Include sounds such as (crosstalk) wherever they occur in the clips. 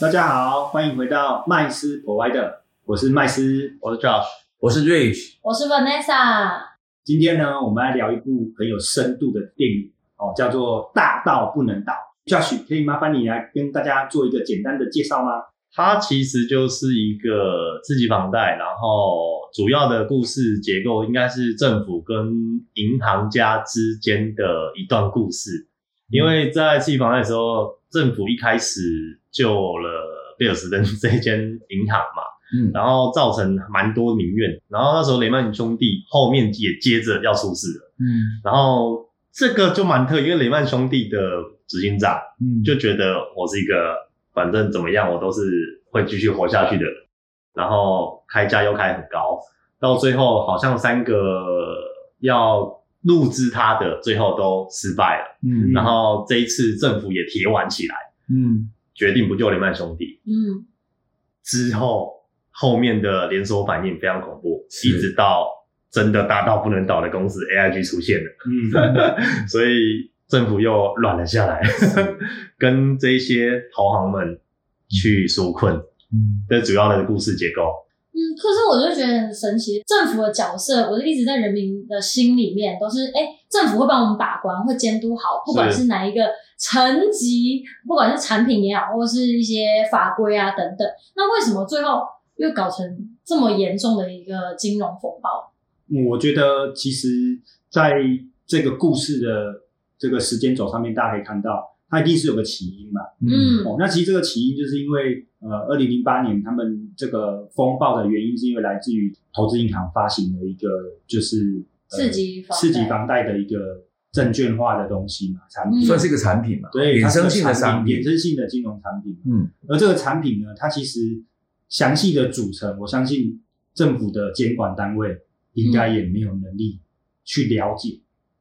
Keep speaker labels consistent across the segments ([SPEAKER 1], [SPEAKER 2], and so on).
[SPEAKER 1] 大家好，欢迎回到麦斯 Provider，我是麦斯。
[SPEAKER 2] 我是 Josh，
[SPEAKER 3] 我是 Rich，
[SPEAKER 4] 我是 Vanessa，
[SPEAKER 1] 今天呢，我们来聊一部很有深度的电影哦，叫做《大到不能倒》。Josh，可以麻烦你来跟大家做一个简单的介绍吗？
[SPEAKER 2] 它其实就是一个自己房贷，然后主要的故事结构应该是政府跟银行家之间的一段故事。因为在自己房贷的时候，政府一开始救了贝尔斯登这间银行嘛，
[SPEAKER 3] 嗯，
[SPEAKER 2] 然后造成蛮多民怨，然后那时候雷曼兄弟后面也接着要出事了，
[SPEAKER 3] 嗯
[SPEAKER 2] 然后这个就蛮特，因为雷曼兄弟的执行长。
[SPEAKER 3] 嗯
[SPEAKER 2] 就觉得我是一个反正怎么样我都是会继续活下去的人，然后开价又开很高，到最后好像三个要入资他的最后都失败了，
[SPEAKER 3] 嗯
[SPEAKER 2] 然后这一次政府也铁腕起来，
[SPEAKER 3] 嗯
[SPEAKER 2] 决定不救雷曼兄弟，
[SPEAKER 4] 嗯，
[SPEAKER 2] 之后后面的连锁反应非常恐怖，
[SPEAKER 3] 是
[SPEAKER 2] 一直到真的大到不能倒的公司 AIG 出现了。
[SPEAKER 1] 嗯，
[SPEAKER 2] 所以政府又软了下来， (laughs) 跟这些投行们去纾困，
[SPEAKER 1] (laughs)
[SPEAKER 3] 嗯
[SPEAKER 2] 这是主要的故事结构。
[SPEAKER 4] 嗯，可是我就觉得很神奇，政府的角色，我就一直在人民的心里面都是，哎、政府会帮我们把关，会监督好，不管
[SPEAKER 2] 是
[SPEAKER 4] 是哪一个层级，不管是产品也好，或是一些法规啊等等，那为什么最后又搞成这么严重的一个金融风暴？
[SPEAKER 1] 嗯我觉得其实在这个故事的这个时间轴上面，大家可以看到，它一定是有个起因嘛。
[SPEAKER 3] 嗯
[SPEAKER 1] 哦，那其实这个起因就是因为呃，二零零八年他们这个风暴的原因是因为来自于投资银行发行的一个就是、呃、
[SPEAKER 4] 四级房贷
[SPEAKER 1] 四级房贷的一个证券化的东西嘛产品，
[SPEAKER 4] 嗯
[SPEAKER 3] 算是一个产品嘛，
[SPEAKER 1] 对
[SPEAKER 3] 衍
[SPEAKER 1] 它是
[SPEAKER 3] 生
[SPEAKER 1] 个
[SPEAKER 3] 性的产
[SPEAKER 1] 品，
[SPEAKER 3] 品
[SPEAKER 1] 衍，生性的金融产品。
[SPEAKER 3] 嗯
[SPEAKER 1] 而这个产品呢，它其实详细的组成，我相信政府的监管单位应该
[SPEAKER 3] 嗯
[SPEAKER 1] 也没有能力去了解、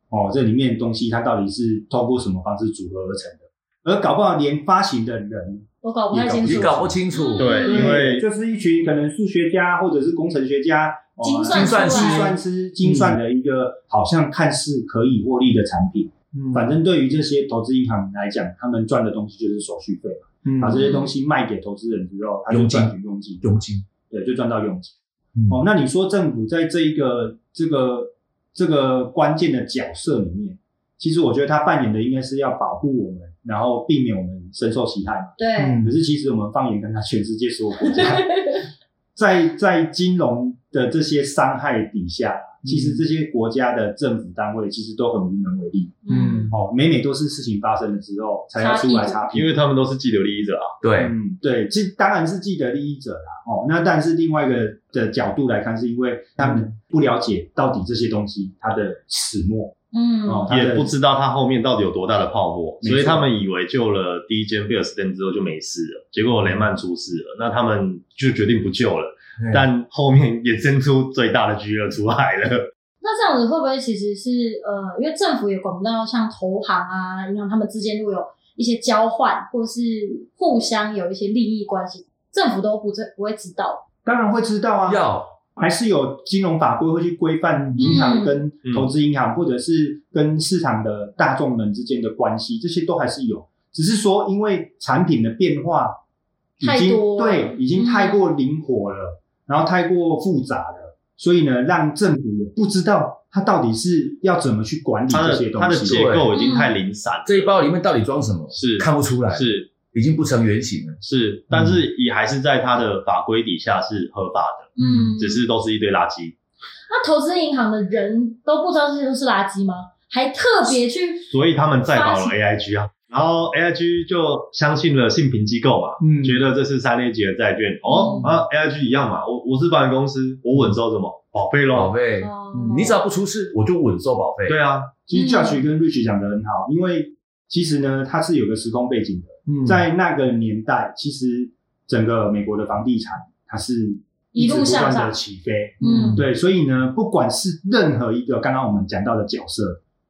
[SPEAKER 1] 哦，这里面的东西它到底是透过什么方式组合而成的，而搞不好连发行的人。
[SPEAKER 4] 我搞不太清
[SPEAKER 3] 也
[SPEAKER 4] 楚，
[SPEAKER 3] 搞不清楚，
[SPEAKER 2] 对
[SPEAKER 4] 嗯
[SPEAKER 2] 因为
[SPEAKER 1] 就是一群可能数学家或者是工程学家、哦
[SPEAKER 4] 精算
[SPEAKER 3] 精算
[SPEAKER 1] 计
[SPEAKER 3] 师
[SPEAKER 4] 出来
[SPEAKER 1] 算师精算的一个好像看似可以获利的产品。
[SPEAKER 3] 嗯
[SPEAKER 1] 反正对于这些投资银行来讲，他们赚的东西就是手续费嘛，
[SPEAKER 3] 嗯
[SPEAKER 1] 把这些东西卖给投资人之后，他就赚取佣金，
[SPEAKER 3] 佣金，
[SPEAKER 1] 对，就赚到佣金。
[SPEAKER 3] 嗯
[SPEAKER 1] 哦，那你说政府在这一个这个这个关键的角色里面，其实我觉得他扮演的应该是要保护我们，然后避免我们深受其害嘛。
[SPEAKER 4] 对，
[SPEAKER 3] 嗯
[SPEAKER 1] 可是其实我们放眼看看全世界所有国家， (laughs) 在在金融的这些伤害底下，其实这些国家的政府单位其实都很无能为力。
[SPEAKER 3] 嗯
[SPEAKER 1] 哦，每每都是事情发生了之后才要出来擦屁
[SPEAKER 2] 因
[SPEAKER 1] 股。
[SPEAKER 2] 为他们都是既得利益者啊，
[SPEAKER 3] 对，
[SPEAKER 1] 嗯，对，这当然是既得利益者啦。哦，那但是另外一个的角度来看，是因为他们
[SPEAKER 3] 嗯
[SPEAKER 1] 不了解到底这些东西它的始末
[SPEAKER 4] 嗯
[SPEAKER 1] 哦，它的
[SPEAKER 2] 也不知道它后面到底有多大的泡沫，
[SPEAKER 1] 没错
[SPEAKER 2] 所以他们以为救了第一间贝尔斯登之后就没事了，结果雷曼出事了，那他们就决定不救了，
[SPEAKER 3] 对
[SPEAKER 2] 但后面也生出最大的巨鳄出来了。
[SPEAKER 4] 那这样子会不会其实是呃，因为政府也管不到像投行啊、银行他们之间如果有一些交换，或是互相有一些利益关系，政府都不知不会知道。
[SPEAKER 1] 当然会知道啊，
[SPEAKER 3] 要
[SPEAKER 1] 还是有金融法规会去规范银行
[SPEAKER 4] 嗯
[SPEAKER 1] 跟
[SPEAKER 2] 嗯
[SPEAKER 1] 投资银行，或者是跟市场的大众们之间的关系，这些都还是有。只是说，因为产品的变化已
[SPEAKER 4] 太
[SPEAKER 1] 经
[SPEAKER 4] 多
[SPEAKER 1] 对已经
[SPEAKER 4] 嗯
[SPEAKER 1] 太过灵活了，然后太过复杂了，所以呢，让政府也不知道它到底是要怎么去管理
[SPEAKER 2] 它
[SPEAKER 1] 这
[SPEAKER 2] 的
[SPEAKER 1] 些
[SPEAKER 2] 它
[SPEAKER 1] 东
[SPEAKER 2] 的
[SPEAKER 1] 西
[SPEAKER 2] 结。构已经太零散了，
[SPEAKER 3] 这一包里面到底装什么，
[SPEAKER 2] 是
[SPEAKER 3] 看不出来，
[SPEAKER 2] 是
[SPEAKER 3] 已经不成原形了，
[SPEAKER 2] 是，但是也还是在它的法规底下是合法的，
[SPEAKER 3] 嗯
[SPEAKER 2] 只是都是一堆垃圾。
[SPEAKER 4] 那投资银行的人都不知道这些都是垃圾吗？还特别去
[SPEAKER 2] 所以他们再保了
[SPEAKER 4] 发行
[SPEAKER 2] AIG 啊，然后 AIG 就相信了信评机构嘛，
[SPEAKER 3] 嗯
[SPEAKER 2] 觉得这是三 A 级的债券，哦、
[SPEAKER 4] 嗯
[SPEAKER 2] 啊 AIG 一样嘛，我我是保险公司，我稳收什么保费
[SPEAKER 3] 宝
[SPEAKER 2] 咯，
[SPEAKER 3] 贝，
[SPEAKER 4] 哦
[SPEAKER 3] 嗯你只要不出事，我就稳收保费，
[SPEAKER 2] 对啊，
[SPEAKER 1] 其实 Josh 跟 Rich 讲的很好，因为其实呢，它是有个时空背景的。
[SPEAKER 3] 嗯
[SPEAKER 1] 在那个年代，其实整个美国的房地产它是
[SPEAKER 4] 一
[SPEAKER 1] 直
[SPEAKER 4] 路
[SPEAKER 1] 不断
[SPEAKER 4] 向
[SPEAKER 1] 的
[SPEAKER 4] 上
[SPEAKER 1] 起飞。
[SPEAKER 4] 嗯
[SPEAKER 1] 对，所以呢，不管是任何一个刚刚我们讲到的角色，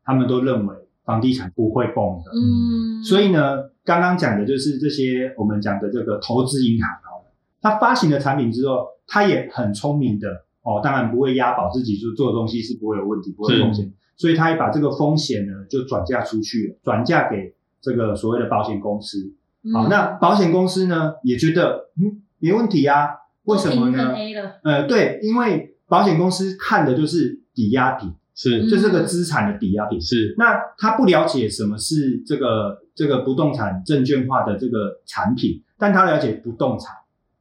[SPEAKER 1] 他们都认为房地产不会崩的。
[SPEAKER 4] 嗯，
[SPEAKER 1] 所以呢，刚刚讲的就是这些我们讲的这个投资银行哦，它发行了产品之后，它也很聪明的哦，当然不会押宝自己做做的东西是不会有问题，不会有风险，所以它也把这个风险呢就转嫁出去了，转嫁给这个所谓的保险公司。
[SPEAKER 4] 嗯
[SPEAKER 1] 好，那保险公司呢也觉得嗯没问题啊，为什么呢？
[SPEAKER 4] ？A 了，
[SPEAKER 1] 呃，对，因为保险公司看的就是抵押品，
[SPEAKER 2] 是
[SPEAKER 1] 就是这个资产的抵押品。
[SPEAKER 2] 是
[SPEAKER 1] 那他不了解什么是这个这个不动产证券化的这个产品，但他了解不动产，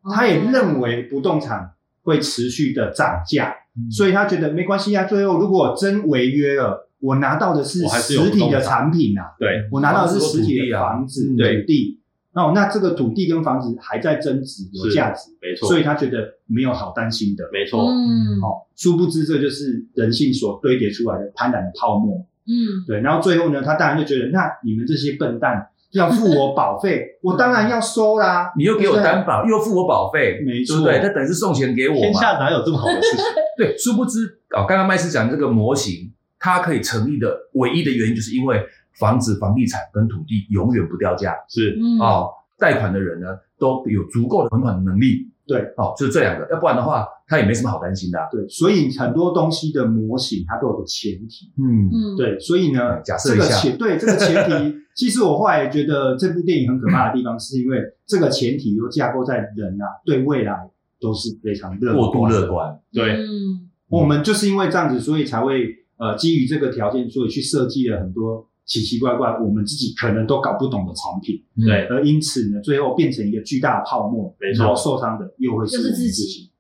[SPEAKER 4] 哦
[SPEAKER 1] 他也认为不动产会持续的涨价，
[SPEAKER 3] 嗯
[SPEAKER 1] 所以他觉得没关系啊。最后如果真违约了，我拿到的是
[SPEAKER 2] 我还是有
[SPEAKER 1] 实体
[SPEAKER 2] 不动
[SPEAKER 1] 的
[SPEAKER 2] 产
[SPEAKER 1] 产品啊，
[SPEAKER 2] 对，
[SPEAKER 1] 我拿到的是实体的
[SPEAKER 3] 房
[SPEAKER 1] 房
[SPEAKER 3] 子
[SPEAKER 1] 子、
[SPEAKER 3] 或土
[SPEAKER 1] 土
[SPEAKER 3] 地啊
[SPEAKER 2] 嗯
[SPEAKER 1] 地。哦，那这个土地跟房子还在增值，有
[SPEAKER 2] 是
[SPEAKER 1] 价值，
[SPEAKER 2] 没错，
[SPEAKER 1] 所以他觉得没有好担心的。
[SPEAKER 2] 没错，
[SPEAKER 4] 嗯
[SPEAKER 1] 哦，殊不知这就是人性所堆叠出来的贪婪的泡沫。
[SPEAKER 4] 嗯，
[SPEAKER 1] 对，然后最后呢，他当然就觉得，那你们这些笨蛋要付我保
[SPEAKER 2] (laughs)
[SPEAKER 1] 费，我当然要收啦。
[SPEAKER 3] 你又给我担保，又付我保费，
[SPEAKER 1] 没
[SPEAKER 3] 对不
[SPEAKER 1] 错
[SPEAKER 3] 对？那等于是送钱给我
[SPEAKER 2] 天
[SPEAKER 3] 嘛。
[SPEAKER 2] 下哪有这么好的事情？
[SPEAKER 3] 对，殊不知哦，刚刚麦斯讲这个模型，它可以成立的唯一的原因，就是因为房子、房地产跟土地永远不掉价
[SPEAKER 2] 是
[SPEAKER 4] 嗯，
[SPEAKER 3] 哦，贷款的人呢都有足够的还款能力。
[SPEAKER 1] 对，
[SPEAKER 3] 哦，就是这两个，要不然的话，他也没什么好担心的啊、
[SPEAKER 1] 对，所以很多东西的模型它都有个前提。
[SPEAKER 3] 嗯，
[SPEAKER 4] 嗯，
[SPEAKER 1] 对，所以呢，
[SPEAKER 3] 嗯假设一
[SPEAKER 1] 这个
[SPEAKER 3] 下
[SPEAKER 1] 前对这个前提，其实我后来觉得这部电影很可怕的地方，是因为这个前提又架构在人啊对未来都是非常乐观
[SPEAKER 3] 过度乐。观。
[SPEAKER 2] 对
[SPEAKER 4] 嗯
[SPEAKER 1] 我们就是因为这样子，所以才会呃基于这个条件，所以去设计了很多奇奇怪怪我们自己可能都搞不懂的产品。
[SPEAKER 4] 嗯
[SPEAKER 2] 对
[SPEAKER 1] 而因此呢，最后变成一个巨大的泡沫，
[SPEAKER 2] 没错
[SPEAKER 1] 然后受伤的又会是我们
[SPEAKER 4] 就
[SPEAKER 1] 自
[SPEAKER 4] 是自己
[SPEAKER 1] 己，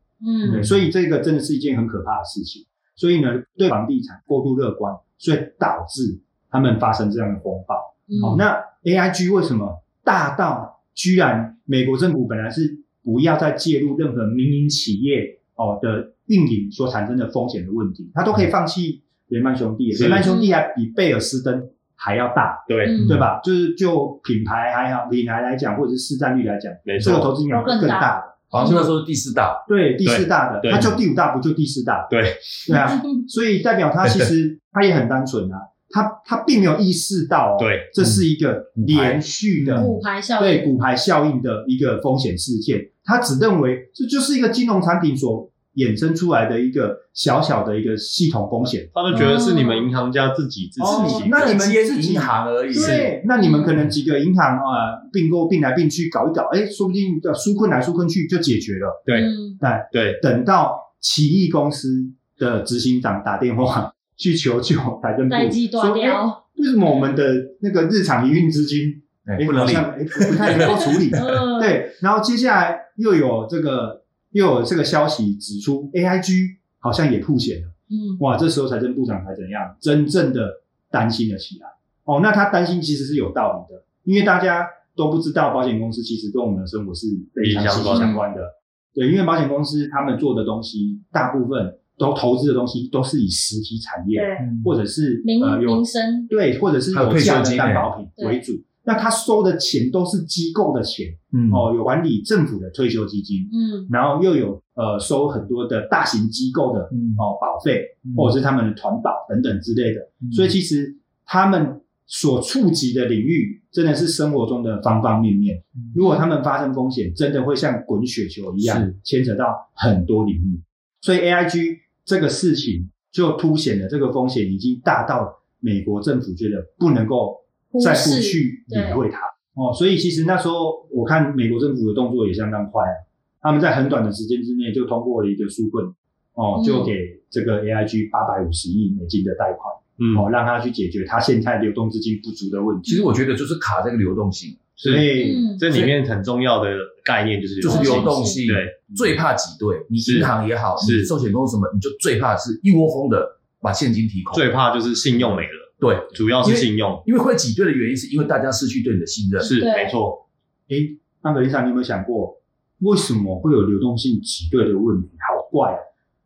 [SPEAKER 1] 对，
[SPEAKER 4] 嗯
[SPEAKER 1] 所以这个真的是一件很可怕的事情。所以呢，对房地产过度乐观，所以导致他们发生这样的风暴。好、
[SPEAKER 4] 嗯，
[SPEAKER 1] 那 AIG 为什么大到居然美国政府本来是不要再介入任何民营企业哦的运营所产生的风险的问题，他都可以放弃雷曼兄弟，
[SPEAKER 2] 是
[SPEAKER 1] 雷曼兄弟还比贝尔斯登还要大。
[SPEAKER 2] 对，
[SPEAKER 4] 嗯
[SPEAKER 1] 对吧？就是就品牌还好，品牌来讲，或者是市占率来讲，
[SPEAKER 2] 没
[SPEAKER 1] 这
[SPEAKER 2] 错
[SPEAKER 1] 个投资银行是更大的，
[SPEAKER 3] 好像那时候是第四大，
[SPEAKER 1] 对第四大的，
[SPEAKER 2] 对
[SPEAKER 1] 它就第五大不就第四大？
[SPEAKER 2] 对
[SPEAKER 1] 对啊，所以代表它其
[SPEAKER 2] (laughs)
[SPEAKER 1] 实它也很单纯啊，它它并没有意识到、哦，
[SPEAKER 2] 对，嗯
[SPEAKER 1] 这是一个连续的
[SPEAKER 4] 骨牌效
[SPEAKER 1] 对
[SPEAKER 4] 应，嗯
[SPEAKER 1] 骨牌效应的一个风险事件，它只认为这就是一个金融产品所衍生出来的一个小小的一个系统风险。
[SPEAKER 2] 他们觉得是你们银行家自己自
[SPEAKER 1] 哦
[SPEAKER 2] 己
[SPEAKER 1] 那你们
[SPEAKER 3] 一间银行而已，
[SPEAKER 1] 对，那你们可能几个银行啊、呃并购并来并去搞一搞，哎，说不定呃纾困来纾困去就解决了。
[SPEAKER 2] 对
[SPEAKER 4] 嗯
[SPEAKER 1] 但
[SPEAKER 2] 对
[SPEAKER 1] 等到奇异公司的执行长打电话去求救，财政部
[SPEAKER 4] 代际断
[SPEAKER 1] 说，哎，
[SPEAKER 4] 掉，？
[SPEAKER 1] 为什么我们的那个日常营运资金，
[SPEAKER 3] 哎
[SPEAKER 1] 哎，
[SPEAKER 3] 不能
[SPEAKER 1] 好
[SPEAKER 3] 理。
[SPEAKER 1] 像哎不太能够处理
[SPEAKER 4] (laughs) 嗯，
[SPEAKER 1] 对，然后接下来又有这个又有这个消息指出，AIG 好像也吐血了。
[SPEAKER 4] 嗯，
[SPEAKER 1] 哇，这时候财政部长才怎样真正的担心了起来。哦，那他担心其实是有道理的，因为大家都不知道保险公司其实跟我们的生活是非常息息相关的。对，因为保险公司他们做的东西，大部分都投资的东西都是以实体产业
[SPEAKER 4] 对，
[SPEAKER 3] 嗯
[SPEAKER 1] 或者是
[SPEAKER 4] 民
[SPEAKER 1] 呃有
[SPEAKER 4] 民生，
[SPEAKER 1] 对，或者是
[SPEAKER 3] 还有
[SPEAKER 1] 有
[SPEAKER 3] 退休
[SPEAKER 1] 价
[SPEAKER 3] 金
[SPEAKER 1] 的
[SPEAKER 3] 欸
[SPEAKER 1] 担保品
[SPEAKER 4] 对
[SPEAKER 1] 为主。那他收的钱都是机构的钱
[SPEAKER 3] 嗯
[SPEAKER 1] 哦，有管理政府的退休基金，
[SPEAKER 4] 嗯
[SPEAKER 1] 然后又有呃收很多的大型机构的
[SPEAKER 3] 嗯
[SPEAKER 1] 哦保费，
[SPEAKER 3] 嗯
[SPEAKER 1] 或者是他们的团保等等之类的。
[SPEAKER 3] 嗯
[SPEAKER 1] 所以其实他们所触及的领域，真的是生活中的方方面面
[SPEAKER 3] 嗯。
[SPEAKER 1] 如果他们发生风险，真的会像滚雪球一样
[SPEAKER 3] 是
[SPEAKER 1] 牵扯到很多领域。所以 AIG 这个事情就凸显了这个风险已经大到美国政府觉得不能够再
[SPEAKER 4] 忽
[SPEAKER 1] 不
[SPEAKER 4] 视
[SPEAKER 1] 去理会它。哦，所以其实那时候我看美国政府的动作也相当快啊，他们在很短的时间之内就通过了一个纾困，哦，
[SPEAKER 4] 嗯
[SPEAKER 1] 就给这个 AIG 八百五十亿美金的贷款，
[SPEAKER 2] 嗯，
[SPEAKER 1] 哦，让他去解决他现在流动资金不足的问题。
[SPEAKER 3] 其实我觉得就是卡这个流动性，
[SPEAKER 1] 所
[SPEAKER 2] 是
[SPEAKER 1] 以、
[SPEAKER 4] 嗯，
[SPEAKER 2] 这里面很重要的概念就是
[SPEAKER 3] 就是流动
[SPEAKER 4] 性
[SPEAKER 3] 性，
[SPEAKER 2] 对，
[SPEAKER 3] 最怕挤兑，你
[SPEAKER 2] 是
[SPEAKER 3] 银行也好，
[SPEAKER 2] 是
[SPEAKER 3] 你寿险公司什么，你就最怕是一窝蜂的把现金提空。
[SPEAKER 2] 最怕就是信用没了，
[SPEAKER 3] 对，
[SPEAKER 2] 主要是信用，
[SPEAKER 3] 因为会挤兑的原因是因为大家失去对你的信任。
[SPEAKER 2] 是
[SPEAKER 4] 对
[SPEAKER 2] 没错，
[SPEAKER 1] 诶，安格丽莎，你有没有想过，为什么会有流动性挤兑的问题？好怪啊！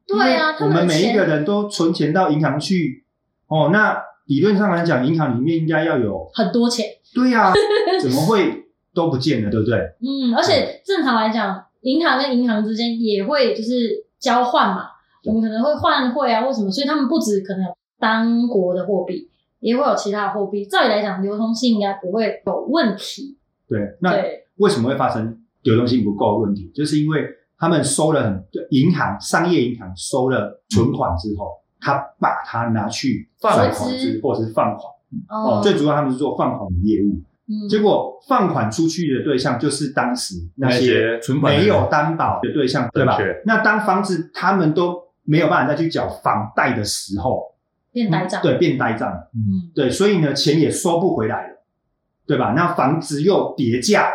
[SPEAKER 4] 对啊，
[SPEAKER 1] 因为
[SPEAKER 4] 他
[SPEAKER 1] 我
[SPEAKER 4] 的
[SPEAKER 1] 们每一
[SPEAKER 4] 钱
[SPEAKER 1] 个人都存钱到银行去，哦，那理论上来讲，银行里面应该要有，
[SPEAKER 4] 很多钱，
[SPEAKER 1] 对
[SPEAKER 4] (laughs)
[SPEAKER 1] 呀、啊，怎么会都不见了，对不对？
[SPEAKER 4] 嗯，而且正常来讲，银行跟银行之间也会就是交换嘛，我们可能会换汇啊或什么，所以他们不止可能有当国的货币，也会有其他的货币。照理来讲，流通性应该不会有问题。
[SPEAKER 1] 对，那
[SPEAKER 4] 对，
[SPEAKER 1] 为什么会发生流动性不够的问题？就是因为他们收了很银行商业银行收了存款之后，他把它拿去
[SPEAKER 3] 放
[SPEAKER 1] 再
[SPEAKER 4] 款
[SPEAKER 1] 投资或者是放款。
[SPEAKER 4] 哦
[SPEAKER 1] 哦，最主要他们是做放款的业务，
[SPEAKER 4] 嗯，
[SPEAKER 1] 结果放款出去的对象就是当时那些
[SPEAKER 2] 些
[SPEAKER 3] 存款的
[SPEAKER 1] 没
[SPEAKER 3] 人
[SPEAKER 1] 有担保的对象，对吧
[SPEAKER 2] 正确？
[SPEAKER 1] 那当房子他们都没有办法再去缴房贷的时候，
[SPEAKER 4] 变呆账，
[SPEAKER 1] 对，变呆账了，
[SPEAKER 4] 嗯，
[SPEAKER 1] 对，所以呢，钱也收不回来了，对吧？那房子又叠价了，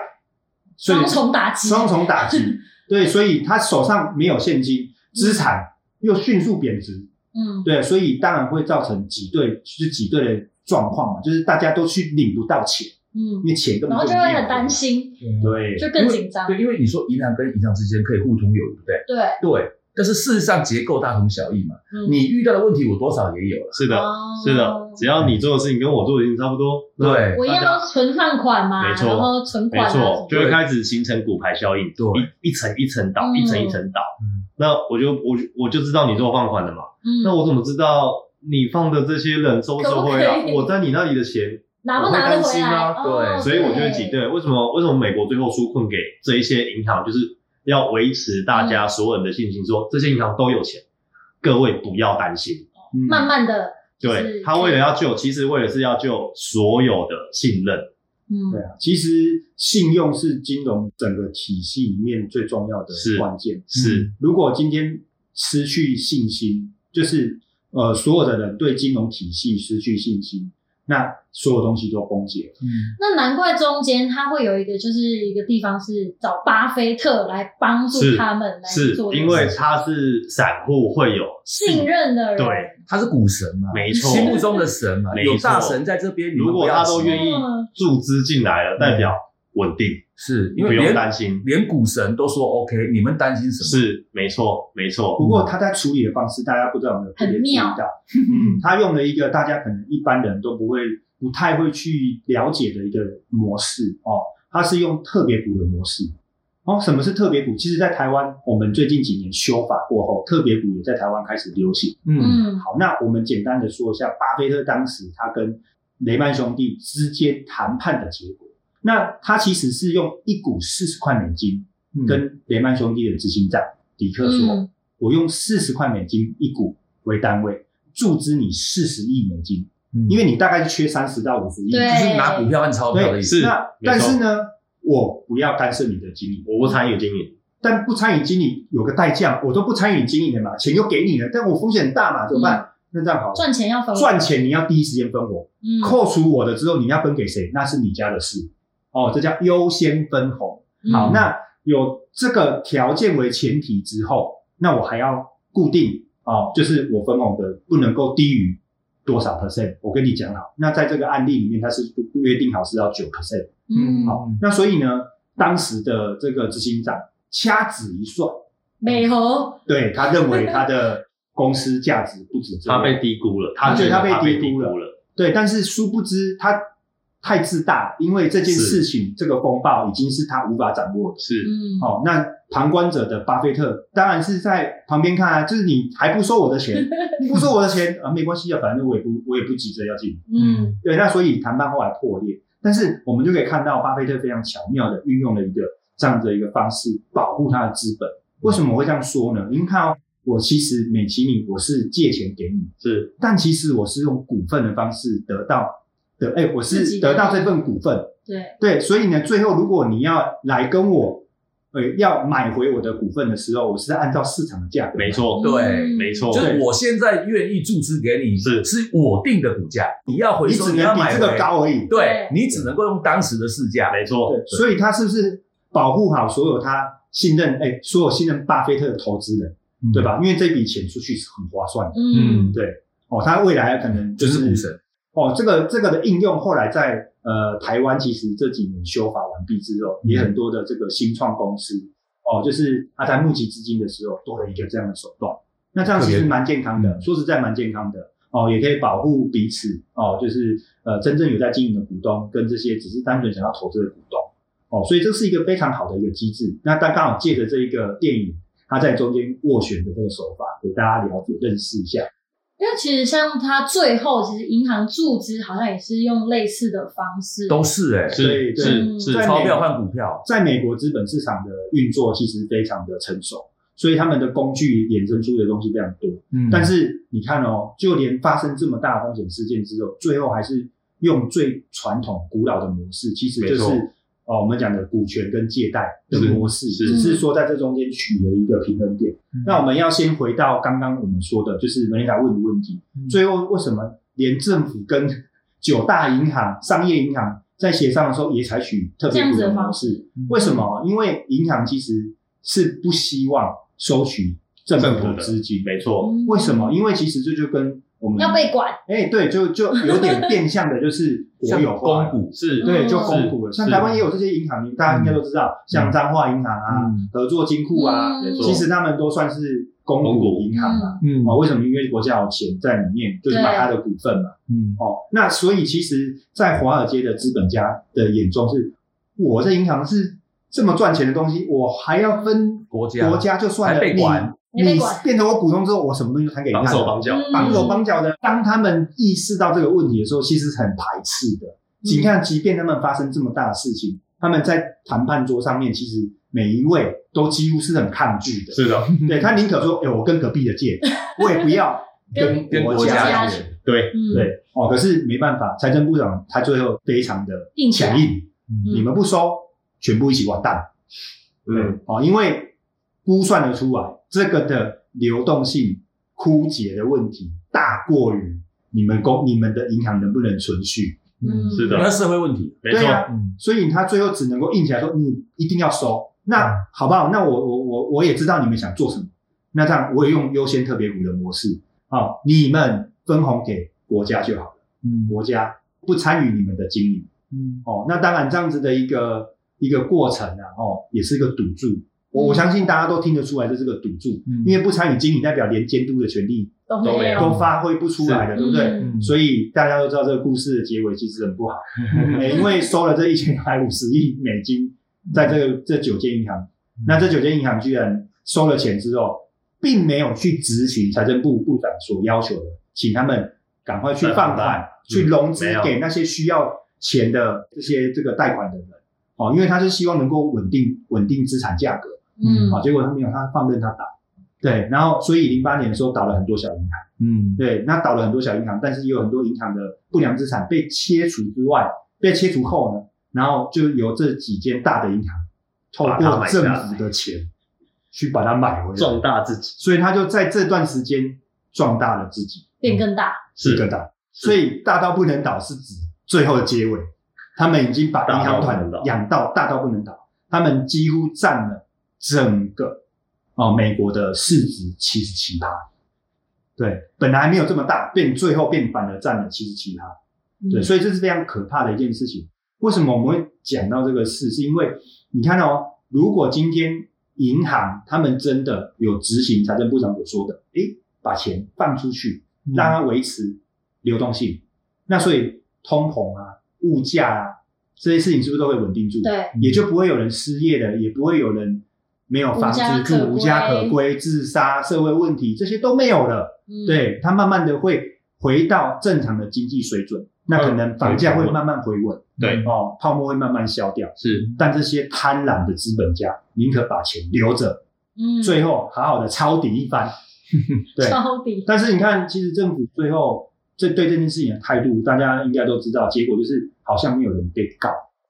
[SPEAKER 1] 所以
[SPEAKER 4] 双重打击，
[SPEAKER 1] 双重打
[SPEAKER 4] 嗯
[SPEAKER 1] 击，对，所以他手上没有现金，资产又迅速贬值，
[SPEAKER 4] 嗯，
[SPEAKER 1] 对，所以当然会造成挤兑，就是挤兑的状况嘛，就是大家都去领不到钱，因，
[SPEAKER 4] 嗯
[SPEAKER 1] 为钱根本
[SPEAKER 4] 然后就
[SPEAKER 1] 没
[SPEAKER 4] 会
[SPEAKER 1] 有
[SPEAKER 4] 很担，心，
[SPEAKER 3] 啊
[SPEAKER 1] 对，
[SPEAKER 4] 就更紧张，
[SPEAKER 3] 对，因为你说银行跟银行之间可以互通有无，对不对？
[SPEAKER 4] 对，
[SPEAKER 3] 对，但是事实上结构大同小异嘛。
[SPEAKER 4] 嗯
[SPEAKER 3] 你遇到的问题，我多少也有了。
[SPEAKER 2] 是的，
[SPEAKER 4] 哦
[SPEAKER 2] 是的，只要你做的事情跟我做的事情差不多，那
[SPEAKER 3] 对
[SPEAKER 4] 我一样都是存放款嘛，
[SPEAKER 2] 没错
[SPEAKER 4] 然后存款
[SPEAKER 2] 没
[SPEAKER 4] 啊什
[SPEAKER 2] 错
[SPEAKER 4] 么，
[SPEAKER 2] 就
[SPEAKER 4] 的，
[SPEAKER 2] 会开始形成骨牌效应，
[SPEAKER 3] 对
[SPEAKER 2] 一一层一层倒，
[SPEAKER 4] 嗯
[SPEAKER 2] 一层一层倒。
[SPEAKER 3] 嗯
[SPEAKER 2] 那我就我就我就知道你做放款的嘛，
[SPEAKER 4] 嗯，
[SPEAKER 2] 那我怎么知道你放的这些人收不收回
[SPEAKER 4] 可
[SPEAKER 2] 来？
[SPEAKER 4] 不可以
[SPEAKER 2] 我在你那里的钱，
[SPEAKER 4] 拿不拿得
[SPEAKER 2] 我会担
[SPEAKER 4] 回
[SPEAKER 2] 心
[SPEAKER 4] 来？哦
[SPEAKER 2] 啊
[SPEAKER 3] 对
[SPEAKER 2] 所以我就会挤兑。为什么？为什么美国最后纾困给这一些银行，就是要维持大
[SPEAKER 4] 嗯
[SPEAKER 2] 家所有人的信心说，这些银行都有钱，各位不要担心。
[SPEAKER 1] 嗯
[SPEAKER 4] 慢慢的，
[SPEAKER 2] 对他为了要救，其实为了是要救所有的信任。
[SPEAKER 4] 嗯，
[SPEAKER 1] 对啊，其实信用是金融整个体系里面最重要的
[SPEAKER 2] 是
[SPEAKER 1] 关键。嗯
[SPEAKER 2] 是
[SPEAKER 1] 如果今天失去信心，就是呃所有的人对金融体系失去信心，那所有东西都崩解了。
[SPEAKER 3] 嗯，
[SPEAKER 4] 那难怪中间他会有一个，就是一个地方是找巴菲特来帮助
[SPEAKER 2] 是
[SPEAKER 4] 他们来
[SPEAKER 2] 是
[SPEAKER 4] 做这
[SPEAKER 2] 因
[SPEAKER 4] 个
[SPEAKER 2] 为
[SPEAKER 4] 事情
[SPEAKER 2] 他是散户会有
[SPEAKER 4] 信任的人，
[SPEAKER 2] 对，
[SPEAKER 3] 他是股神嘛，
[SPEAKER 2] 没错
[SPEAKER 3] 心目中的神嘛，
[SPEAKER 2] 没
[SPEAKER 3] 有大
[SPEAKER 2] 错
[SPEAKER 3] 神在这边，你们
[SPEAKER 2] 如果
[SPEAKER 3] 不要
[SPEAKER 2] 他都
[SPEAKER 3] 急
[SPEAKER 2] 愿意注资进来了，代表稳定，
[SPEAKER 3] 是因
[SPEAKER 2] 不
[SPEAKER 3] 为
[SPEAKER 2] 用
[SPEAKER 3] 连
[SPEAKER 2] 担心。
[SPEAKER 3] 连股神都说 OK，你们担心什么？
[SPEAKER 2] 是，没错，没
[SPEAKER 1] 不
[SPEAKER 2] 错，
[SPEAKER 1] 过他在处理的方式，大家不知道有没有特别
[SPEAKER 4] 很
[SPEAKER 1] 注意
[SPEAKER 4] 妙
[SPEAKER 1] 到？嗯，他用了一个大家可能一般人都不会、不太会去了解的一个模式哦，他是用特别股的模式。哦，什么是特别股？其实，在台湾，我们最近几年修法过后，特别股也在台湾开始流行。
[SPEAKER 3] 嗯，
[SPEAKER 4] 嗯
[SPEAKER 1] 好，那我们简单的说一下，巴菲特当时他跟雷曼兄弟之间谈判的结果。那他其实是用一股四十块美金
[SPEAKER 3] 嗯
[SPEAKER 1] 跟雷曼兄弟的执行长迪克说，
[SPEAKER 4] 嗯
[SPEAKER 1] 我用四十块美金一股为单位注资你四十亿美金，
[SPEAKER 3] 嗯
[SPEAKER 1] 因为你大概是缺三十到五十亿。
[SPEAKER 4] 对
[SPEAKER 2] 哦
[SPEAKER 3] 就是拿股票换钞票的意思。
[SPEAKER 2] 是
[SPEAKER 1] 那
[SPEAKER 2] 没错
[SPEAKER 1] 但是呢，我不要干涉你的经营，
[SPEAKER 2] 我不参与经营，
[SPEAKER 1] 但不参与经理有个代价，我都不参与你经营的嘛，钱又给你了，但我风险很大嘛，怎么办？那这样好了，
[SPEAKER 4] 嗯赚钱要分，
[SPEAKER 1] 赚钱你要第一时间分我，
[SPEAKER 4] 嗯
[SPEAKER 1] 扣除我的之后你要分给谁，那是你家的事，哦，这叫优先分红。好，
[SPEAKER 4] 嗯
[SPEAKER 1] 那有这个条件为前提之后，那我还要固定哦，就是我分红的不能够低于多少 percent，我跟你讲好。那在这个案例里面，它是约定好是要九 percent。
[SPEAKER 4] 嗯，
[SPEAKER 1] 好，那所以呢，当时的这个执行长掐指一算，
[SPEAKER 4] 美猴，
[SPEAKER 1] 对他认为他的公司价值不止这
[SPEAKER 2] 他
[SPEAKER 1] 样，
[SPEAKER 2] 被低估了，他
[SPEAKER 1] 他
[SPEAKER 2] 觉
[SPEAKER 1] 觉
[SPEAKER 2] 得
[SPEAKER 1] 得
[SPEAKER 2] 他
[SPEAKER 1] 他被
[SPEAKER 2] 被
[SPEAKER 1] 低
[SPEAKER 2] 低
[SPEAKER 1] 估了
[SPEAKER 2] 估了，
[SPEAKER 1] 对，但是殊不知他太自大，因为这件
[SPEAKER 2] 是
[SPEAKER 1] 事情这个风暴已经是他无法掌握的。
[SPEAKER 2] 是
[SPEAKER 4] 嗯，
[SPEAKER 1] 哦，那旁观者的巴菲特当然是在旁边看啊，就是你还不收我的
[SPEAKER 4] (laughs)
[SPEAKER 1] 钱，不收我的钱啊，没关系啊，反正我也不我也不急着要进。
[SPEAKER 4] 嗯，
[SPEAKER 1] 对，那所以谈判后来破裂，但是我们就可以看到巴菲特非常巧妙的运用了一个这样的一个方式保护他的资本。为什么我会这样说呢？您看哦，我其实美其名我是借钱给你，
[SPEAKER 2] 是
[SPEAKER 1] 但其实我是用股份的方式得到的，哎，我
[SPEAKER 4] 自己
[SPEAKER 1] 是
[SPEAKER 4] 的
[SPEAKER 1] 得到这份股份，
[SPEAKER 4] 对，
[SPEAKER 1] 对，所以呢，最后如果你要来跟我，呃，要买回我的股份的时候，我是按照市场的价格，
[SPEAKER 2] 没，错，
[SPEAKER 3] 对
[SPEAKER 4] 嗯
[SPEAKER 2] 哦没错
[SPEAKER 3] 就，是
[SPEAKER 1] 对
[SPEAKER 3] 我现在愿意注资给你，
[SPEAKER 2] 是
[SPEAKER 3] 是我定的股价，你要回
[SPEAKER 1] 你
[SPEAKER 3] 收，
[SPEAKER 1] 只
[SPEAKER 3] 你
[SPEAKER 1] 能
[SPEAKER 3] 要
[SPEAKER 1] 比
[SPEAKER 3] 买
[SPEAKER 1] 这
[SPEAKER 3] 回
[SPEAKER 1] 个。高而已。
[SPEAKER 3] 对
[SPEAKER 4] 对
[SPEAKER 3] 你只能够用当时的市价。
[SPEAKER 2] 没错，
[SPEAKER 1] 对，所以他是不是保护好所有他信任，哎，所有信任巴菲特的投资人，
[SPEAKER 3] 嗯
[SPEAKER 1] 对？吧？因为这笔钱出去是很划算的
[SPEAKER 4] 嗯，
[SPEAKER 1] 哦，他未来可能
[SPEAKER 3] 就是是股神，
[SPEAKER 1] 哦，这个这个的应用后来在呃台湾，其实这几年修法完毕之后，也
[SPEAKER 3] 嗯
[SPEAKER 1] 很多的这个新创公司哦，就是他在募集资金的时候多了一个这样的手段。那这样其
[SPEAKER 3] 特
[SPEAKER 1] 实
[SPEAKER 3] 别嗯
[SPEAKER 1] 蛮健康的，说实在蛮健康的哦，也可以保护彼此哦，就是呃真正有在经营的股东跟这些只是单纯想要投资的股东哦，所以这是一个非常好的一个机制。那他刚好借着这一个电影，他在中间斡旋的这个手法，给大家了解认识一下。
[SPEAKER 4] 因为其实像他最后，其实银行注资好像也是用类似的方式，
[SPEAKER 3] 都是哎，
[SPEAKER 2] 是
[SPEAKER 1] 对
[SPEAKER 2] 是
[SPEAKER 4] 对
[SPEAKER 2] 是，
[SPEAKER 1] 在
[SPEAKER 3] 钞票换股票，
[SPEAKER 1] 在美国资本市场的运作其实非常的成熟，所以他们的工具衍生出的东西非常多。
[SPEAKER 3] 嗯
[SPEAKER 1] 但是你看哦，就连发生这么大的风险事件之后，最后还是用最传统古老的模式，其实就
[SPEAKER 3] 没错
[SPEAKER 1] 是哦我们讲的股权跟借贷的模式，
[SPEAKER 2] 是
[SPEAKER 1] 只是说在这中间取了一个平衡点。
[SPEAKER 3] 嗯
[SPEAKER 1] 那我们要先回到刚刚我们说的，就是梅琳达问的问题，
[SPEAKER 3] 嗯
[SPEAKER 1] 最后为什么连政府跟九大银行、商业银行在协商的时候也采取特别股
[SPEAKER 4] 这样子
[SPEAKER 1] 的
[SPEAKER 4] 的
[SPEAKER 1] 模
[SPEAKER 4] 方
[SPEAKER 1] 式？为什么？因为银行其实是不希望收取政
[SPEAKER 2] 政
[SPEAKER 1] 府
[SPEAKER 2] 府
[SPEAKER 1] 的
[SPEAKER 2] 的
[SPEAKER 1] 资金，
[SPEAKER 2] 没错，
[SPEAKER 4] 嗯
[SPEAKER 1] 为什么？因为其实这就跟我们
[SPEAKER 4] 要被管？
[SPEAKER 1] 哎、对，就就有
[SPEAKER 4] (laughs)
[SPEAKER 1] 点变相的，就是国有
[SPEAKER 3] 像
[SPEAKER 1] 化
[SPEAKER 3] 公
[SPEAKER 1] 了，
[SPEAKER 3] 股
[SPEAKER 2] 是，
[SPEAKER 1] 对，就
[SPEAKER 4] 嗯
[SPEAKER 1] 公股了。
[SPEAKER 2] 是嗯
[SPEAKER 1] 像台湾也有这些银行，你大家应该都知道，像彰化银行啊、
[SPEAKER 3] 嗯
[SPEAKER 1] 合作金库啊，
[SPEAKER 4] 嗯
[SPEAKER 2] 没错
[SPEAKER 1] 其实他们都算是公
[SPEAKER 2] 公
[SPEAKER 1] 股
[SPEAKER 2] 股
[SPEAKER 1] 银行啊。
[SPEAKER 3] 嗯
[SPEAKER 1] 哦，为什么？因为国家有钱在里面，就是买它的股份嘛。
[SPEAKER 3] 嗯，
[SPEAKER 1] 哦，那所以其实，在华尔街的资本家的眼中是，我这银行是这么赚钱的东西，我还要分
[SPEAKER 3] 国家
[SPEAKER 1] 国家就算了，
[SPEAKER 3] 还被管
[SPEAKER 1] 你
[SPEAKER 4] 还被
[SPEAKER 1] 你
[SPEAKER 4] 管
[SPEAKER 1] 变成我股东之后，我什么东西都摊给你
[SPEAKER 2] 绑
[SPEAKER 1] 看
[SPEAKER 2] 手
[SPEAKER 1] 了。
[SPEAKER 2] 绑脚，
[SPEAKER 4] 嗯
[SPEAKER 1] 绑手绑脚的。当他们意识到这个问题的时候，其实是很排斥的。你看，即便他们发生这么大的事情，他们在谈判桌上面，其实每一位都几乎是很抗拒的。
[SPEAKER 2] 是的，
[SPEAKER 1] 对他宁可说：“哎、我跟隔壁的借，我也不要
[SPEAKER 4] 跟
[SPEAKER 3] 跟
[SPEAKER 1] 国
[SPEAKER 3] 国
[SPEAKER 1] 家
[SPEAKER 3] 家
[SPEAKER 4] 国
[SPEAKER 3] 借
[SPEAKER 4] 家
[SPEAKER 2] 对，
[SPEAKER 4] 嗯，
[SPEAKER 1] 对哦。”可是没办法，财政部长他最后非常的
[SPEAKER 4] 硬起来
[SPEAKER 1] 强硬，
[SPEAKER 4] 嗯
[SPEAKER 1] 你们不收，全部一起完蛋。
[SPEAKER 2] 嗯，
[SPEAKER 1] 哦，因为估算得出来，这个的流动性枯竭的问题大过于你们公你们的银行能不能存续，
[SPEAKER 4] 嗯
[SPEAKER 2] 是的
[SPEAKER 3] 那社会问题，
[SPEAKER 2] 没错
[SPEAKER 1] 对，啊
[SPEAKER 3] 嗯，
[SPEAKER 1] 所以他最后只能够硬起来说你一定要收。那好不好？那我我我我也知道你们想做什么，那这样我也用优先特别股的模式啊、哦，你们分红给国家就好了，
[SPEAKER 3] 嗯
[SPEAKER 1] 国家不参与你们的经营。
[SPEAKER 3] 嗯
[SPEAKER 1] 哦，那当然这样子的一个一个过程啊，哦，也是一个赌注。我我相信大家都听得出来，这是个赌注，
[SPEAKER 3] 嗯
[SPEAKER 1] 因为不参与经理代表连监督的权利
[SPEAKER 4] 都
[SPEAKER 2] 都
[SPEAKER 4] 没
[SPEAKER 2] 没
[SPEAKER 4] 有，
[SPEAKER 2] 有
[SPEAKER 1] 都发挥不出来的，对不对？
[SPEAKER 4] 嗯
[SPEAKER 3] 嗯
[SPEAKER 1] 所以大家都知道这个故事的结尾其实很不好，
[SPEAKER 3] 嗯
[SPEAKER 1] 哎因为收了这一千两百五十亿美金，在这个这九间银行，
[SPEAKER 2] 嗯
[SPEAKER 1] 那这九间银行居然收了钱之后，并没有去执行财政部部长所要求的，请他们赶快去放款、去融资
[SPEAKER 2] 嗯没有
[SPEAKER 1] 给那些需要钱的这些这个贷款的人，哦，因为他是希望能够稳定稳定资产价格，
[SPEAKER 4] 嗯
[SPEAKER 1] 啊、结果他没有，他放任他倒，对，然后所以零八年的时候倒了很多小银行。
[SPEAKER 3] 嗯
[SPEAKER 1] 对，那倒了很多小银行，但是也有很多银行的不良资产被切除之外，被切除后呢，然后就由这几间大的银行透
[SPEAKER 2] 把它
[SPEAKER 1] 过
[SPEAKER 2] 买下
[SPEAKER 1] 政
[SPEAKER 2] 来
[SPEAKER 1] 府的钱去把它买回
[SPEAKER 2] 壮
[SPEAKER 1] 来，
[SPEAKER 2] 大自己，
[SPEAKER 1] 所以他就在这段时间壮大了自己，
[SPEAKER 4] 变更大，
[SPEAKER 1] 是
[SPEAKER 2] 是
[SPEAKER 1] 个大，所以大到不能倒是指最后的结尾，他们已经把银行
[SPEAKER 2] 大到不
[SPEAKER 1] 团
[SPEAKER 2] 能倒
[SPEAKER 1] 养到大到不能倒，他们几乎占了整个哦美国的市值七十七趴。对，本来没有这么大，变最后变反而占了七十七趴。对，
[SPEAKER 2] 嗯
[SPEAKER 1] 所以这是非常可怕的一件事情。为什么我们会讲到这个事？是因为你看哦，如果今天银行他们真的有执行财政部长所说的，诶，把钱放出去，让它维持流动性，那所以通膨啊、物价啊这些事情是不是都会稳定住？，
[SPEAKER 4] 对，
[SPEAKER 1] 也就不会有人失业了，也不会有人没有房子住、无
[SPEAKER 4] 无
[SPEAKER 1] 家
[SPEAKER 4] 家可归
[SPEAKER 1] 可归、自杀、社会问题这些都没有了。
[SPEAKER 4] 嗯，
[SPEAKER 1] 对，它慢慢的会回到正常的经济水准，那可能房价会慢慢回稳，
[SPEAKER 2] 嗯对，
[SPEAKER 1] 哦，泡沫会慢慢消掉。
[SPEAKER 2] 是
[SPEAKER 1] 但这些贪婪的资本家宁可把钱留着，
[SPEAKER 4] 嗯，
[SPEAKER 1] 最后好好的抄底一番。对，
[SPEAKER 4] 超底，
[SPEAKER 1] 但是你看，其实政府最后这对这件事情的态度，大家应该都知道，结果就是好像没有人被告，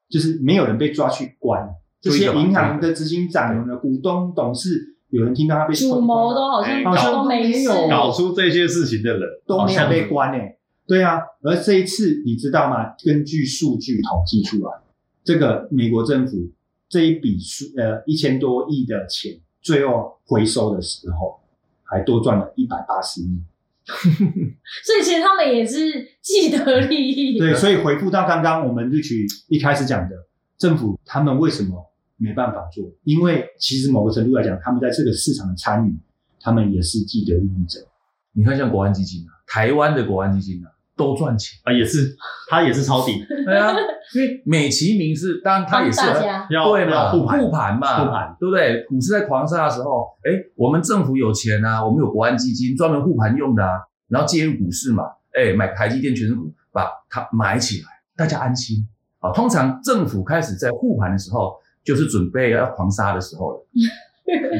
[SPEAKER 1] 就是没有人被抓去关。这
[SPEAKER 3] 追
[SPEAKER 1] 些
[SPEAKER 3] 着嘛
[SPEAKER 1] 银行的执行长、有的股东、董事，有人听到他被
[SPEAKER 4] 主谋都好像
[SPEAKER 1] 好像
[SPEAKER 4] 都
[SPEAKER 1] 都
[SPEAKER 4] 没
[SPEAKER 1] 没
[SPEAKER 4] 事，
[SPEAKER 1] 有
[SPEAKER 2] 搞出这些事情的人，
[SPEAKER 1] 都
[SPEAKER 2] 好
[SPEAKER 1] 没有
[SPEAKER 2] 像
[SPEAKER 1] 被关诶、对啊，而这一次你知道吗？根据数据统计出来，这个美国政府这一笔数呃一千多亿的钱，最后回收的时候还多赚了一百八十亿。
[SPEAKER 4] 所以其实他们也是既得利益，
[SPEAKER 1] 对，所以回复到刚刚我们录取一开始讲的，政府他们为什么没办法做？因为其实某个程度来讲，他们在这个市场的参与，他们也是既得利益者。
[SPEAKER 3] 你看像国安基金啊，台湾的国安基金啊，都赚 (laughs) 钱。
[SPEAKER 2] 啊，也是他也是抄底，
[SPEAKER 3] 对啊，因为美其名是，当然它也是啊
[SPEAKER 4] 帮大家
[SPEAKER 2] 要
[SPEAKER 3] 对嘛，
[SPEAKER 2] 要护盘
[SPEAKER 3] 嘛，
[SPEAKER 2] 护盘，
[SPEAKER 3] 对不对？股市在狂杀的时候，哎，我们政府有钱啊，我们有国安基金专门护盘用的啊，然后介入股市嘛，哎，买台积电全职股，把它买起来，大家安心啊。通常政府开始在护盘的时候，
[SPEAKER 2] (laughs)
[SPEAKER 3] 就是准备要狂杀的时候了，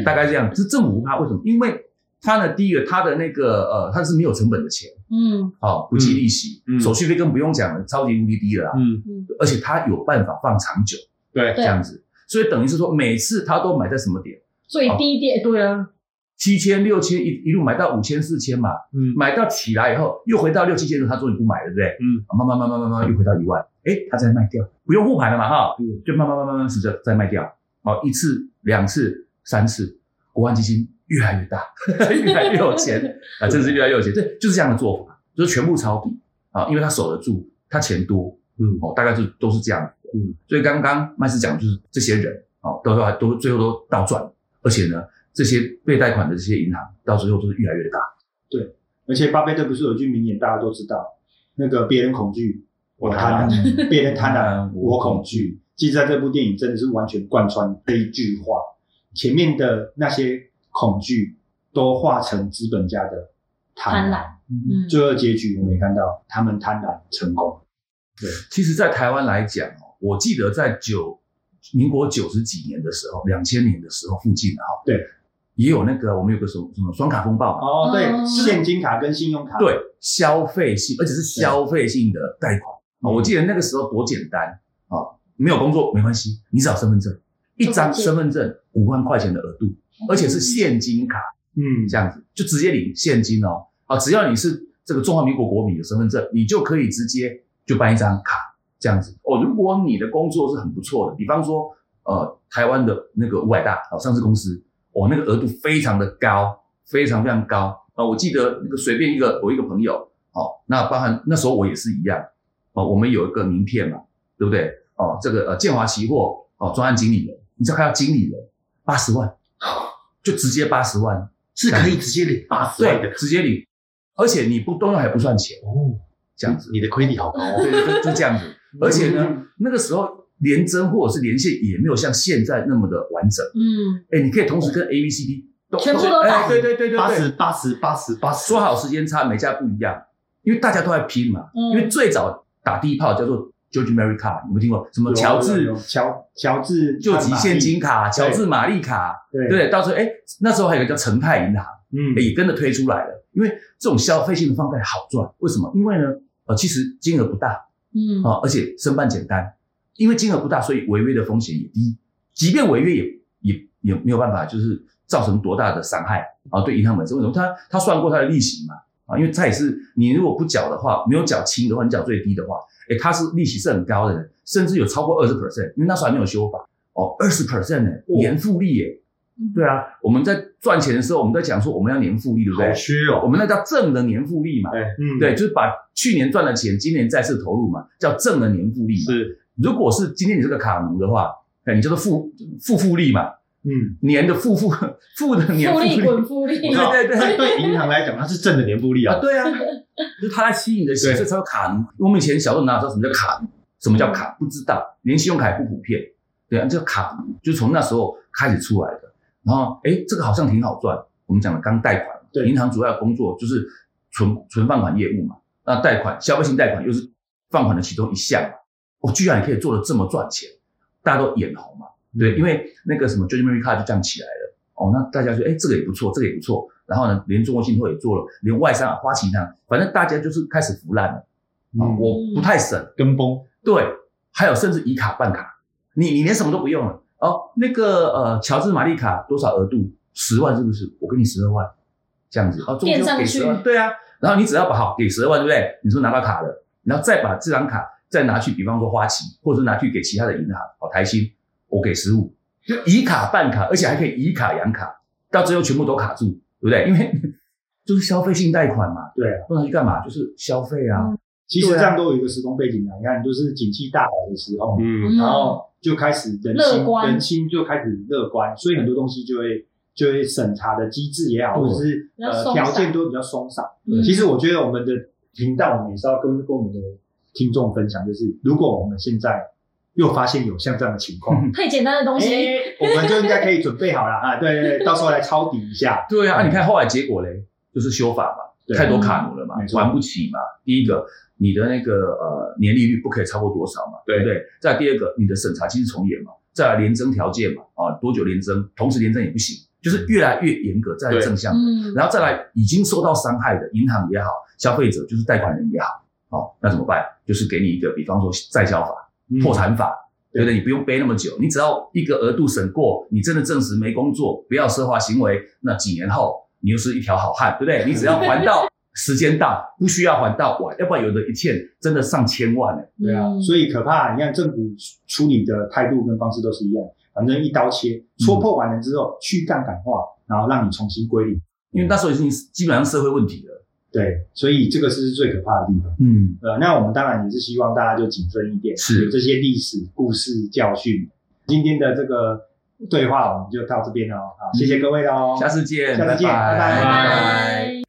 [SPEAKER 3] 大概这样。是政府不怕，为什么？因为它呢，第一个它的那个呃，它是没有成本的钱，
[SPEAKER 4] 嗯
[SPEAKER 3] 哦，不计利息，
[SPEAKER 2] 嗯嗯
[SPEAKER 3] 手续费更不用讲了，超级无敌低了啦，啊
[SPEAKER 2] 嗯，
[SPEAKER 4] 嗯，
[SPEAKER 3] 而且它有办法放长久
[SPEAKER 2] 对，
[SPEAKER 3] 这样子，所以等于是说每次它都买在什么点，
[SPEAKER 4] 最低点，对 (laughs) 啊，
[SPEAKER 3] 七千、六千一一路买到五千、四千嘛，
[SPEAKER 2] 嗯
[SPEAKER 3] 买到起来以后又回到六七千的时候，他终于不买了，对不对？
[SPEAKER 2] 嗯，
[SPEAKER 3] 慢慢慢慢慢慢又回到一万，哎，他再卖掉，不用护盘了嘛哈，
[SPEAKER 2] 嗯
[SPEAKER 3] 就慢慢慢慢慢慢再再卖掉，哦，一次、两次、三次，国安基金越来越大，
[SPEAKER 2] (laughs)
[SPEAKER 3] 越来越有钱啊，真的是越来越有钱，对，就是这样的做法，就是全部抄底啊，因为他守得住，他钱多，
[SPEAKER 2] 嗯
[SPEAKER 3] 哦，大概就都是这样子的，
[SPEAKER 2] 嗯，
[SPEAKER 3] 所以刚刚麦斯讲的就是这些人哦，都都都最后都倒赚，而且呢，这些被贷款的这些银行到最后都是越来越大。
[SPEAKER 1] 而且巴菲特不是有一句名言，大家都知道，那个别人恐惧，我贪婪；别人贪婪，我恐惧。其实，在这部电影真的是完全贯穿这一句话，前面的那些恐惧都化成资本家的贪
[SPEAKER 4] 贪
[SPEAKER 1] 婪
[SPEAKER 4] 婪。嗯
[SPEAKER 1] 最后结局我们也看到，他们贪婪成功。
[SPEAKER 3] 其实，在台湾来讲哦，我记得在九民国九十几年的时候，两千年的时候附近哈，
[SPEAKER 1] 对，
[SPEAKER 3] 也有那个我们有个什么什么双卡风暴嘛，
[SPEAKER 1] 哦，对，
[SPEAKER 4] 哦
[SPEAKER 1] 现金卡跟信用卡，
[SPEAKER 3] 对，消费性而且是消费性的贷款啊，
[SPEAKER 1] 嗯
[SPEAKER 3] 我记得那个时候多简单啊，没有工作没关系，你只要身份证，一张
[SPEAKER 4] 就可以
[SPEAKER 3] 身份证五万块钱的额度，而且是现金卡，
[SPEAKER 1] 嗯，
[SPEAKER 3] 这样子，就直接领现金哦。啊，只要你是这个中华民国国民有身份证，你就可以直接就办一张卡这样子哦。如果你的工作是很不错的，比方说呃台湾的那个五百大哦上市公司，哦那个额度非常的高，非常非常高啊、我记得那个随便一个我一个朋友哦，那包含那时候我也是一样哦，我们有一个名片嘛，对不对？哦，这个呃建华期货哦专案经理人，你知道他要经理人八十万，就直接八十万。
[SPEAKER 2] 是可以直接领八十万的
[SPEAKER 3] 对，，直接领，而且你不动用还不算钱，
[SPEAKER 2] 哦，
[SPEAKER 3] 这样子，
[SPEAKER 2] 你的亏底好高哦，
[SPEAKER 3] 对，就就这样子。而且呢，那个时候连征或者是连线也没有像现在那么的完整，
[SPEAKER 4] 嗯，
[SPEAKER 3] 哎，你可以同时跟 A、B、C、D 都
[SPEAKER 4] 全部都
[SPEAKER 3] 哎，
[SPEAKER 4] 打
[SPEAKER 3] 对对对对
[SPEAKER 2] 八
[SPEAKER 3] 对
[SPEAKER 2] 十，八十八十八十，
[SPEAKER 3] 说好时间差，每家不一样，因为大家都在拼嘛。
[SPEAKER 4] 嗯
[SPEAKER 3] 因为最早打第一炮叫做 George Mary 卡，你有没有听过？什么
[SPEAKER 1] 有
[SPEAKER 3] 乔治
[SPEAKER 1] 有有乔乔治
[SPEAKER 3] 救急现金卡、
[SPEAKER 1] 对
[SPEAKER 3] 乔治玛丽卡，
[SPEAKER 1] 对
[SPEAKER 3] 对，到时候哎，那时候还有一个叫成泰银行。
[SPEAKER 1] 嗯
[SPEAKER 3] 也跟着推出来了。因为这种消费性的放贷好赚，为什么？因为呢，呃，其实金额不大啊、
[SPEAKER 4] 嗯，
[SPEAKER 3] 而且申办简单，因为金额不大，所以违约的风险也低。即便违约也也也没有办法，就是造成多大的伤害啊、对银行本身，为什么？他他算过他的利息嘛啊，因为他也是你如果不缴的话，没有缴清的话，你缴最低的话，诶，它是利息是很高的，甚至有超过二十 percent，因为那时候还没有修法哦，二十 percent 呢，年复利耶、对啊，我们在赚钱的时候，我们在讲说我们要年复利，对不对
[SPEAKER 2] 好？虚哦，
[SPEAKER 3] 我们那叫正的年复利嘛
[SPEAKER 2] 哎，
[SPEAKER 1] 嗯
[SPEAKER 3] 对，就是把去年赚的钱，今年再次投入嘛，叫正的年复利嘛。
[SPEAKER 2] 是
[SPEAKER 3] 如果是今天你这个卡奴的话，哎，你叫做复复复利嘛，
[SPEAKER 1] 嗯，
[SPEAKER 3] 年的复复复的年
[SPEAKER 4] 复
[SPEAKER 3] 复利
[SPEAKER 4] 利滚复利，
[SPEAKER 3] 对对对
[SPEAKER 2] 对，对银行来讲它是正的年复利
[SPEAKER 3] 啊，
[SPEAKER 2] 啊，
[SPEAKER 3] 对啊，就是他在吸引你的钱，
[SPEAKER 2] 对
[SPEAKER 3] 这才叫卡奴。我们以前小时候哪知道什么叫卡奴，什么叫卡，不知道，连信用卡也不普遍。对啊，这个卡奴就从那时候开始出来的。然后，哎，这个好像挺好赚。我们讲的刚贷款，
[SPEAKER 1] 对
[SPEAKER 3] 银行主要工作就是存存放款业务嘛。那贷款，消费性贷款又是放款的其中一项嘛。我、居然也可以做的这么赚钱，大家都眼红嘛。
[SPEAKER 1] 嗯
[SPEAKER 3] 对，因为那个什么 j u d g m e r y Card 就这样起来了。哦，那大家说，哎，这个也不错，这个也不错。然后呢，连中国信托也做了，连外商啊、花旗银行，反正大家就是开始腐烂了。啊、
[SPEAKER 1] 嗯
[SPEAKER 3] 我不太省，
[SPEAKER 2] 跟风，
[SPEAKER 3] 对，还有甚至以卡办卡，你你连什么都不用了。哦，那个呃，乔治玛丽卡多少额度？十万是不是？我给你十二万，这样子。哦，中间
[SPEAKER 4] 变上
[SPEAKER 3] 给
[SPEAKER 4] 去
[SPEAKER 3] 十万，对啊。然后你只要把好给十二万，对不对？你是不是拿到卡了？然后再把这张卡再拿去，比方说花旗，或者是拿去给其他的银行，哦，台新，我给十五，就以卡办卡，而且还可以以卡养卡，到最后全部都卡住，对不对？因为 (laughs) 就是消费性贷款嘛，
[SPEAKER 1] 对啊。
[SPEAKER 3] 不能去干嘛？就是消费啊。
[SPEAKER 4] 嗯
[SPEAKER 1] 其实这样都有一个时空背景啊，你看，就是景气大好的时候，
[SPEAKER 2] 嗯
[SPEAKER 4] 嗯
[SPEAKER 1] 然后就开始人心
[SPEAKER 4] 乐观
[SPEAKER 1] 人心就开始乐观，所以很多东西就会就会审查的机制也好，
[SPEAKER 3] 对
[SPEAKER 1] 或者是
[SPEAKER 4] 比较
[SPEAKER 1] 呃
[SPEAKER 4] 松
[SPEAKER 1] 条
[SPEAKER 4] 散
[SPEAKER 1] 件都会比较松散。
[SPEAKER 4] 嗯
[SPEAKER 1] 其实我觉得我们的频道，我们也是要跟跟我们的听众分享，就是如果我们现在又发现有像这样的情况，
[SPEAKER 4] 太简单的 (laughs) 东西，
[SPEAKER 1] 哎，我们就应该可以准备好了啊！对对对，到时候来抄底一下。
[SPEAKER 3] 对啊，啊你看后来结果嘞，就是修法嘛，
[SPEAKER 1] 嗯对
[SPEAKER 3] 太多卡奴了嘛
[SPEAKER 1] 没，错
[SPEAKER 3] 玩不起嘛。第一个，你的那个呃年利率不可以超过多少嘛，对
[SPEAKER 2] 对
[SPEAKER 3] 不对？再来第二个，你的审查机制重演嘛，再来连征条件嘛，啊，多久连征，同时连征也不行，
[SPEAKER 1] 嗯
[SPEAKER 3] 就是越来越严格，再来
[SPEAKER 2] 对
[SPEAKER 3] 正向的，
[SPEAKER 4] 嗯，
[SPEAKER 3] 然后再来已经受到伤害的银行也好，消费者就是贷款人也好，哦，那怎么办？就是给你一个，比方说再消法、破产法，嗯对不对？你不用背那么久，你只要一个额度审过，你真的证实没工作，不要奢华行为，那几年后你又是一条好汉，对不对？你只要还到时间 (laughs) 到，不需要还到晚，要不然有的一欠真的上千万呢、
[SPEAKER 1] 对啊，
[SPEAKER 4] 嗯
[SPEAKER 1] 所以可怕。你看政府处理的态度跟方式都是一样，反正一刀切，戳破完了之后去杠杆化，然后让你重新归零。
[SPEAKER 3] 因为那时候已经基本上社会问题了。
[SPEAKER 1] 对，所以这个是最可怕的地方。
[SPEAKER 3] 嗯，
[SPEAKER 1] 呃，那我们当然也是希望大家就谨慎一点，
[SPEAKER 3] 是
[SPEAKER 1] 有这些历史故事教训。今天的这个对话我们就到这边了哦，好，谢谢各位喽，
[SPEAKER 3] 下次见，
[SPEAKER 1] 下次见拜拜
[SPEAKER 4] 拜拜。